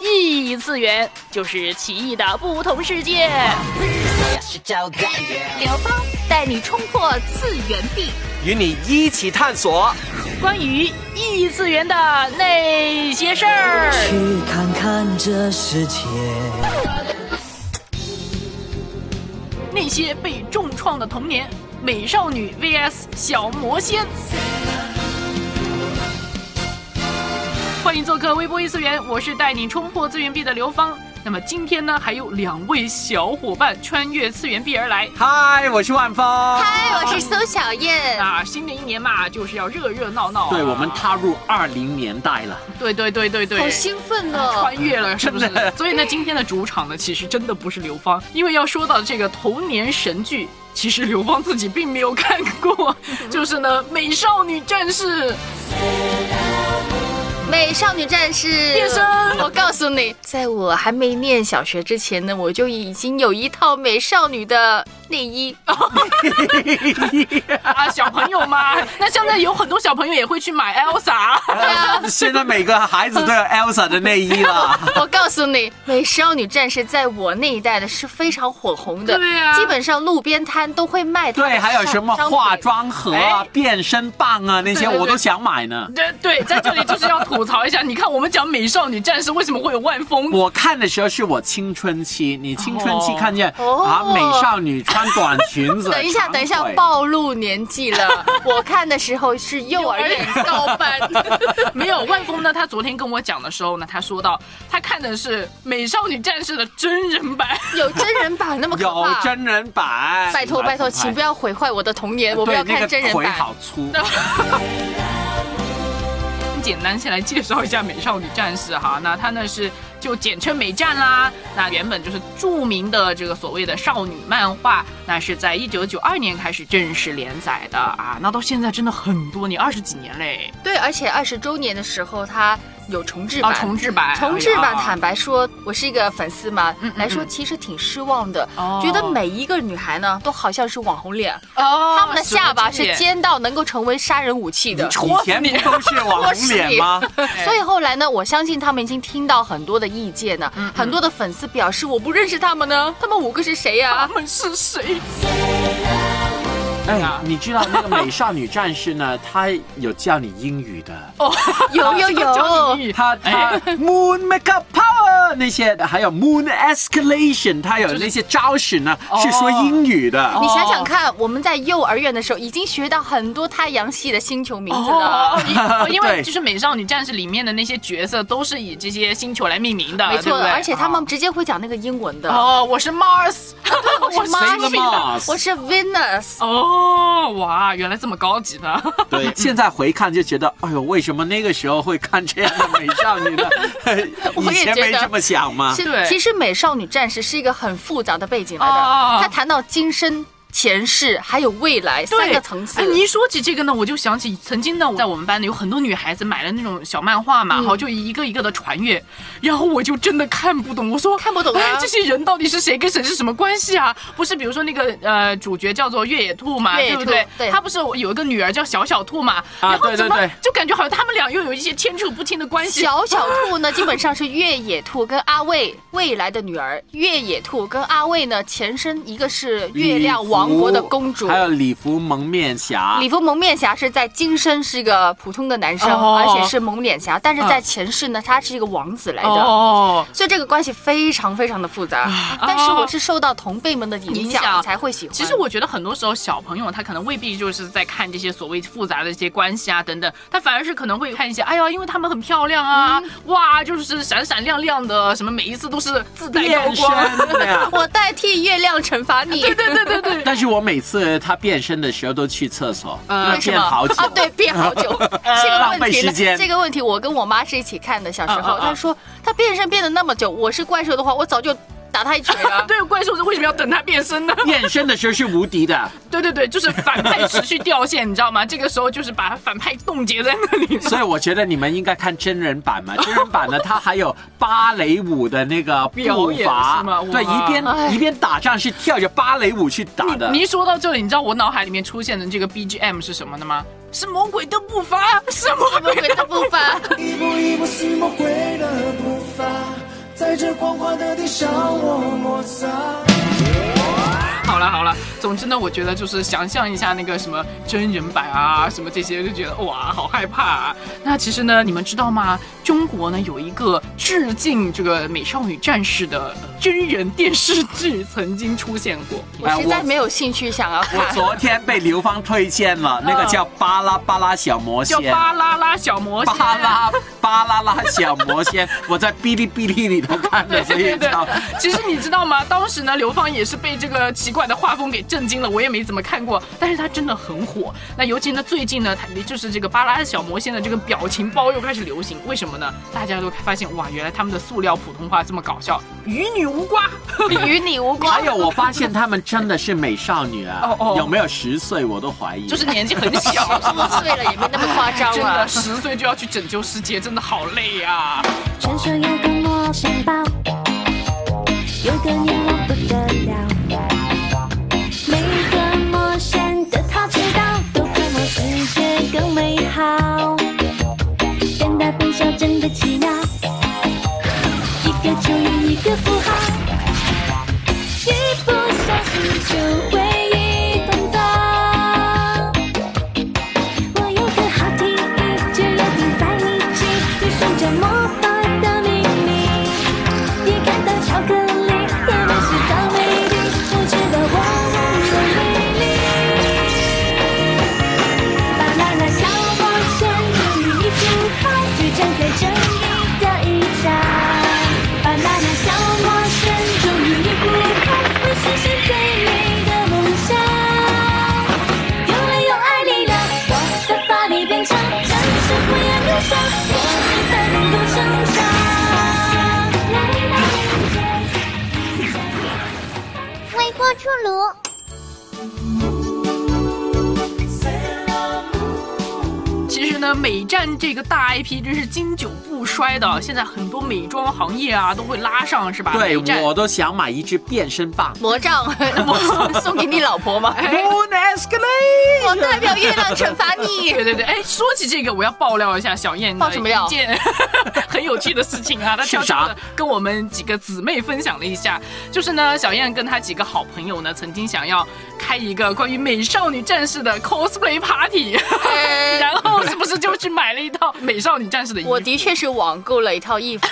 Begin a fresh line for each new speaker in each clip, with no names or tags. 异次元就是奇异的不同世界。
刘峰带你冲破次元壁，
与你一起探索。
关于异次元的那些事儿，
去看看这世界。
那些被重创的童年，美少女 VS 小魔仙。欢迎做客微波异次元，我是带你冲破次元壁的刘芳。那么今天呢，还有两位小伙伴穿越次元壁而来。
嗨，我是万峰。
嗨，哎我是苏小燕。
那啊新的一年嘛，就是要热热闹闹、啊。
对我们踏入二零年代了，
对对对对对，
好兴奋哦！
穿越了，是不是？所以呢，今天的主场呢，其实真的不是刘芳，因为要说到这个童年神剧，其实刘芳自己并没有看 过，就是呢，《美少女战士》。
美少女战士
变身
我告诉你，在我还没念小学之前呢，我就已经有一套美少女的 内衣。
啊，小朋友嘛， 那现在有很多小朋友也会去买 Elsa。
对啊，
现在每个孩子都 有 Elsa 的内衣了。
我告诉你，美少女战士在我那一代的是非常火红的，
对啊
基本上路边摊都会卖它的商。
对，还有什么
商品
化妆盒啊、
哎
变身棒啊
对
那些，
对对
我都想买呢。
对对，在这里就是要吐槽一下，你看我们讲美少女战士为什么会有万峰？
我看的时候是我青春期，你青春期
哦
看见
哦
啊美少女穿短裙子，
等一下，
长
等一下
腿，
暴露年纪 了。我看的时候是 幼儿园高班，
没有万峰呢，他昨天跟我讲的时候呢，他说到他看的是《美少女战士》的真人版，
有真人版那么可
有
怕？
真人版，
拜托拜托，
请
请
不
不要毁坏我的童年，我不要看真人
那个腿
版。
好粗。
简单先来介绍一下《美少女战士》哈，那它呢是就简称美战啦。那原本就是著名的这个所谓的少女漫画，那是在一九九二年开始正式连载的啊，那到现在真的很多年，二十几年嘞
对，而且二十周年的时候，它有哦重制
啊，
版。
重制版，
重制版，
哎呀
坦白说，我是一个粉丝嘛，
嗯嗯
来说其实挺失望的，
哦
觉得每一个女孩呢都好像是网红脸，
哦，
她们的下巴
这
是
里
尖到能够成为杀人武器的。
以前不都是网
我
红
是
脸
你
吗？
所以后来呢，我相信他们已经听到很多的意见呢，很多的粉丝表示我不认识他们呢，他们五个是谁呀、
他们是谁？
啊
哎，你知道那个美少女战士 呢，她有教你英语的。
哦，
有有 有
教你英语
他
哎
他 Moon Makeup Power 那些，还有 Moon Escalation，他有那些招式呢，
哦
是说英语的。
你想想看，我们在幼儿园的时候已经学到很多太阳系的星球名字了。
哦，因哦因为
对
就是《美少女战士》里面的那些角色都是以这些星球来命名的，
没错
啊对不对
而且他们直接会讲那个英文的。
哦，我是 Mars，我
我是
Sailor
Mars，
Mars
我是 Venus。
哦，哇，原来这么高级呢！
对，现在回看就觉得，哎呦，为什么那个时候会看这样的美少女呢？ 以
我也
前
觉得
没这么想吗？
啊对
是，其实《美少女战士》是一个很复杂的背景来
哦哦哦
的，它谈到今生、前世还有未来三个层次
哎，。你一说起这个呢，我就想起曾经呢，我在我们班里有很多女孩子买了那种小漫画嘛，
嗯
然后就一个一个的传阅，然后我就真的看不懂，我说
看不懂啊
哎，这些人到底是谁跟谁是什么关系啊？不是，比如说那个呃，主角叫做越野兔嘛，
越野
对不
兔
对？
对
他不是有一个女儿叫小小兔嘛，
啊
然后
对
怎
对
么
对
就感觉好像他们俩又有一些牵扯不清的关系。
小小 兔呢，基本上是越野兔跟阿卫未来的女儿。越野兔跟阿卫呢，前身一个是月亮王国的公主，
还有礼服蒙面
啊
侠
李，福蒙面侠是在今生是个普通的男生，
哦啊
而且是蒙脸侠，但是在前世呢，他是一个王子来的。
哦，
所以这个关系非常非常的复杂，但是我是受到同辈们的影
啊影响
响才会喜欢。。
其实我觉得很多时候小朋友他可能未必就是在看这些所谓复杂的这些关系啊等等，他反而是可能会看一些，哎呀，因为他们很漂亮啊，哇，就是闪闪亮亮的，什么每一次都是自 带高
变身
光。
的呀
我代替月亮惩罚 你，
对对对对对，
但是我每次他变身的时候都去厕所，
呃
要
为什
变
么
好久。
啊？对，变好久。这个
浪
问
费
题呢
时间
这个问题我跟我妈是一起看的，小时
啊
候
啊啊
她说她变身变得那么久，我是怪兽的话，我早就打她一锤 了。
对怪兽是为什么要等他变身呢？
变身的时候是无敌的。
对对对，就是反派持续掉线，你知道吗？这个时候就是把反派冻结在那里。
所以我觉得你们应该看真人版 嘛，真人版呢，它还有芭蕾舞的那个
表
步
演是
伐
吗，
对，
哇哎
一边一边打仗是跳着芭蕾舞去打的
你。一说到这里，你知道我脑海里面出现的这个 BGM 是什么的吗？是魔鬼的步伐，是魔
魔
鬼
鬼的步伐，
一步一步是魔鬼的步伐，在这
着光滑的地上我摩擦。
好了好了，总之呢，我觉得就是想象一下那个什么真人版啊，什么这些，就觉得哇，好害怕啊。那其实呢，你们知道吗？中国呢有一个致敬这个美少女战士的真人电视剧曾经出现过。
我实在没有兴趣想要
我
哎
看。
昨天被刘芳推荐了，那个叫《巴拉巴拉小魔仙
嗯叫》。巴啦啦小魔仙，
巴拉巴拉拉小魔仙， 我在哔哩哔哩里头看的，所以
对对
叫
其实你知道吗？当时呢，刘芳也是被这个奇怪的画风给震惊了，我也没怎么看过，但是她真的很火。那尤其呢，最近呢，她就是这个巴拉小魔仙的这个表情包又开始流行，为什么呢？大家都发现哇，原来他们的塑料普通话这么搞笑，与女无瓜。
与你无关。
还有，我发现他们真的是美少女啊
哦！哦
有没有十岁我都怀疑。
就是年纪很小，
多岁了也没那么夸
哎
张
真
了
啊
的。十岁就要去拯救世界，真的好累呀、啊。
船上有个我背包，有个你我不得了。每个陌生的他知道，都会让世界更美好。变大变小真的奇妙，一个成语一个符号，一不小心就会一团糟。我有个好提议，只要你在一起，你顺着魔法的秘密，一看到巧克力，特别是草莓的，就知道我们的美丽。巴啦啦小魔仙，终于一出海，去展开正义的一章。巴啦啦小魔仙，终于一步开，会实现最美的梦想。有了有爱你了，我的法力变强，战胜火焰路上，我们才能够成长。
微波出炉。
其实呢，美战这个大 IP 真是经久不衰的，现在很多美妆行业啊都会拉上，是吧？美战
对我都想买一只变身棒。
魔杖 送给你老婆吗？
哎
Moon Escalate，
我代表月亮惩罚你。
对对对，哎，说起这个，我要爆料一下小燕的
爆什么料
一件很有趣的事情 啊，她
是
悄悄
啥
的跟我们几个姊妹分享了一下，就是呢，小燕跟她几个好朋友呢，曾经想要开一个关于美少女战士的 cosplay party，
哎
然后是不是就去买了一套美少女战士的衣服？
我的确是网购了一套 衣服。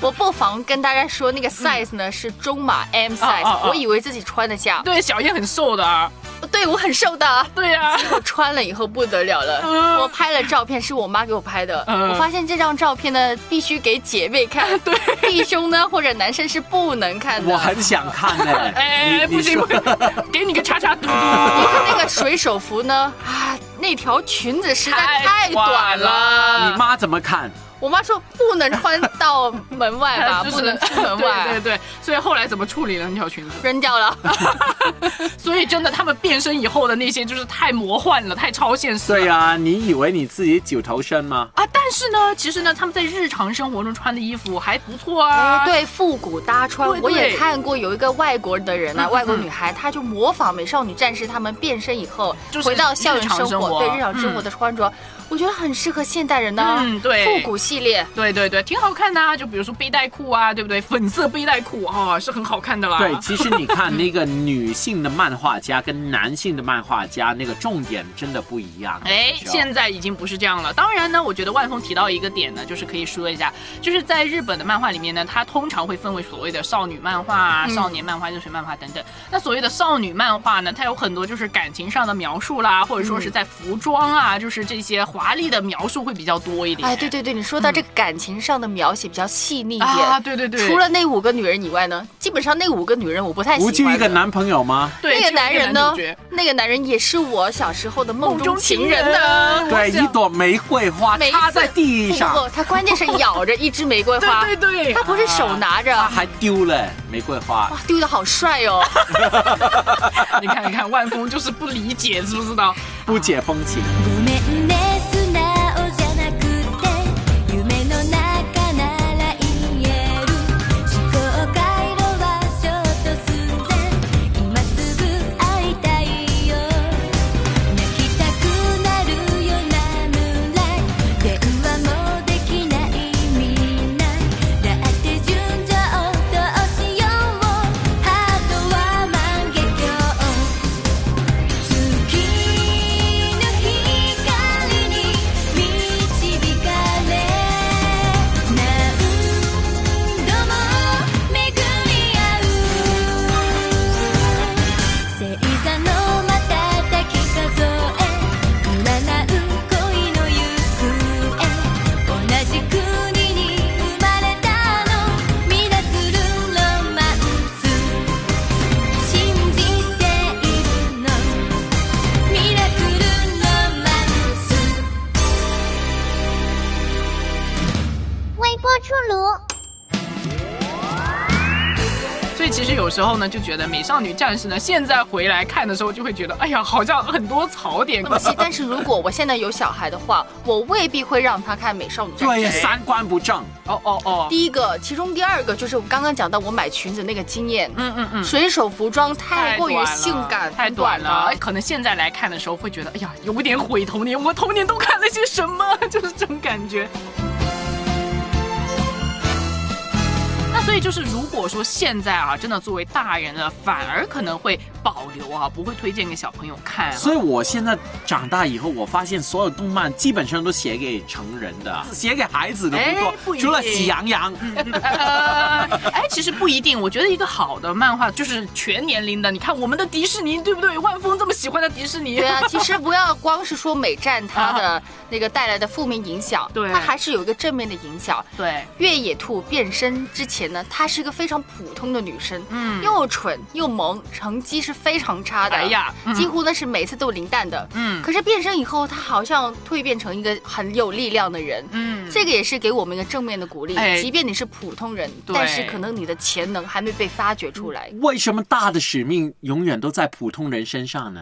我不妨跟大家说，那个 size 呢是中码 M
哦哦
size，
哦
我以为自己穿得下，
对小燕很瘦的啊，
对我很瘦的，
对呀、啊。
我穿了以后不得了
嗯
了。我拍了照片，是我妈给我拍的。
嗯
我发现这张照片呢，必须给姐妹 看，对，弟兄呢或者男生是不能看 的。
我很想看呢、
哎，
你
不行
你
不
说
行， 给你个叉 叉嘟嘟，
你看那个水手服呢，啊，那条裙子实在太短
短
了。
啊
你妈怎么看？
我妈说不能穿到门外吧，
就是
不能出门外，啊
对对对，所以后来怎么处理了那条裙子？
扔掉了。
所以真的，他们变身以后的那些就是太魔幻了，太超现实了。
对啊，你以为你自己九头身吗？
啊，但是呢，其实呢，他们在日常生活中穿的衣服还不错啊。
哎，对，复古搭穿，
对对
我也看过有一个外国的人啊，
嗯嗯
外国女孩，她就模仿美少女战士，她们变身以后，
就是
回到校园
日常生活
对日常生活的穿着，我觉得很适合现代人呢、
嗯对
复古系列。
对对对，挺好看的啊，就比如说背带裤啊，对不对？粉色背带裤啊、是很好看的啦。
对，其实你看那个女性的漫画家跟男性的漫画家那个重点真的不一样。
哎，
是吧
现在已经不是这样了。当然呢，我觉得万峰提到一个点呢，就是可以说一下，就是在日本的漫画里面呢，它通常会分为所谓的少女漫画、啊、
嗯
少年漫画、热血漫画等等。那所谓的少女漫画呢，它有很多就是感情上的描述啦，或者说是
嗯
在服装啊，就是这些华丽的描述会比较多一点。
哎，对对对，你说到这个感情上的描写比较细腻一点。
嗯啊，对对对，
除了那五个女人以外呢，基本上那五个女人我不太喜
无
欢。
就一个。男朋友吗？
对
那个男人呢
主角？
那个男人也是我小时候的梦中情人啊呢。
呢？
对，一朵玫瑰花
每一次
插在地
不
上，
不，他关键是咬着一支玫瑰 花，
对对对，
他不是手拿着，
啊
还丢了玫瑰花。
哇，丢的好帅哦！
你看你看，万峰就是不理解，知不知道？
不解风情。
ごめんね素直じゃなくて夢の中なら言える思考回路はショート寸前今すぐ会いたいよ泣きたくなるよなムーンライト電話もできないみんなだって純情
出炉。
所以其实有时候呢，就觉得《美少女战士》呢，现在回来看的时候，就会觉得，哎呀，好像很多槽点。
不行，但是如果我现在有小孩的话，我未必会让他看《美少女战士》。
对，三观不正。
哦哦哦，
第一个，其中第二个就是我刚刚讲到我买裙子那个经验，
嗯嗯嗯。
水手服装太过于
短了
性感，
太短了，哎可能现在来看的时候会觉得，哎呀，有点毁童年。我童年都看了些什么？ 就是这种感觉。那所以就是，如果说现在啊，真的作为大人了，反而可能会保留啊，不会推荐给小朋友看、啊。
所以我现在长大以后，我发现所有动漫基本上都写给成人的，写给孩子的
哎
不
不
多，
一
除了
定嗯
喜羊羊。
呃，哎，其实不一定。我觉得一个好的漫画就是全年龄的。你看我们的迪士尼，对不对？万峰这么喜欢的迪士尼，
对 啊，其实不要光是说美战它的那个带来的负面影响，
啊对
它还是有一个正面的影响。
对，
越野兔变身之前呢，她是一个非常普通的女生，
嗯
又蠢又萌，成绩是非常差的，
哎呀嗯
几乎呢是每次都零蛋的。
嗯
可是变身以后，她好像蜕变成一个很有力量的人。
嗯，
这个也是给我们一个正面的鼓励，
哎
即便你是普通人，
对嗯
但是可能你的潜能还没被发掘出来。
为什么大的使命永远都在普通人身上呢？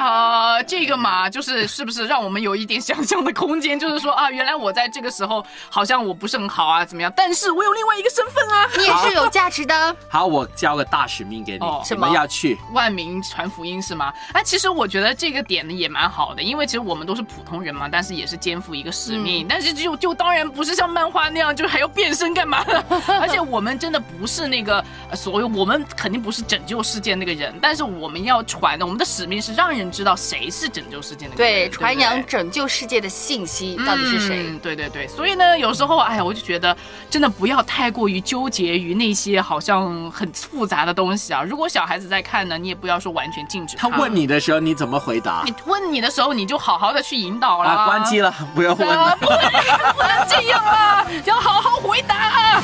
啊、这个嘛，就是是不是让我们有一点想象的空间？就是说啊，原来我在这个时候好像我不是很好啊，怎么样？但是我有另外一个身份啊。
你也是有价值的，
好，我交个大使命给你，
哦
你
什么
们要去。
万民传福音是吗？哎，其实我觉得这个点呢也蛮好的，因为其实我们都是普通人嘛，但是也是肩负一个使命。
嗯
但是就就当然不是像漫画那样，就是还要变身干嘛 的。而且我们真的不是那个呃所谓我们肯定不是拯救世界那个人，但是我们要传的，我们的使命是让人知道谁是拯救世界那个人， 对
对，
不对，
传扬拯救世界的信息到底是谁？
嗯对对对，所以呢，有时候哎呀，我就觉得真的不要太过于纠结于那些好像很复杂的东西啊。如果小孩子在看呢，你也不要说完全禁止
他问
你，
你的时候，你怎么回答？
你问你的时候，你就好好的去引导了。
啊，关机了，不要问
啊，
了。
不能不能这样啊，要好好回答啊。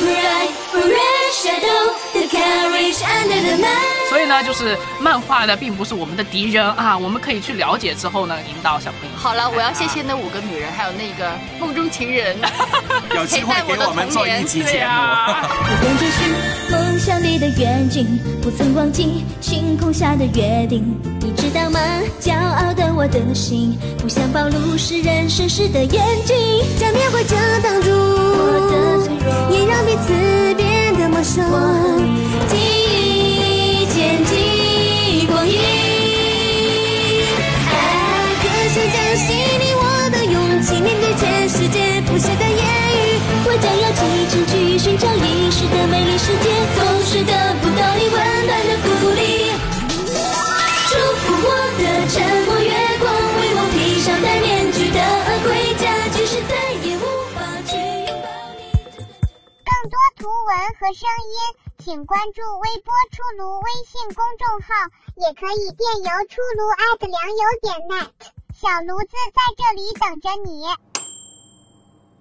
Moonlight, red shadow, the carriage under the night.
所以呢，就是漫画呢，并不是我们的敌人啊，我们可以去了解之后呢，引导小朋友。
好了，我要谢谢那五个女人，还有那个梦中 情人，
有机会给我们做一期
对
节目。
啊。
不变只是梦想里的远景，不曾忘记星空下的约定。你知道吗？骄傲的我的心，不想暴露世人审视的眼睛，将棉花遮挡住我的脆弱，也让彼此变得陌生。记忆间记光阴。啊，更想珍惜你我的勇气，面对全世界不屑的言语。我将要启程去寻找遗失的美丽世界，总是得不到你温暖的鼓励。祝福我的沉默月光，为我披上戴面具的盔甲，即使再也无法去拥抱你。
更多图文和声音，请关注微波出炉微信公众号，也可以电邮出炉 at 良友点 net。小炉子在这里等着你。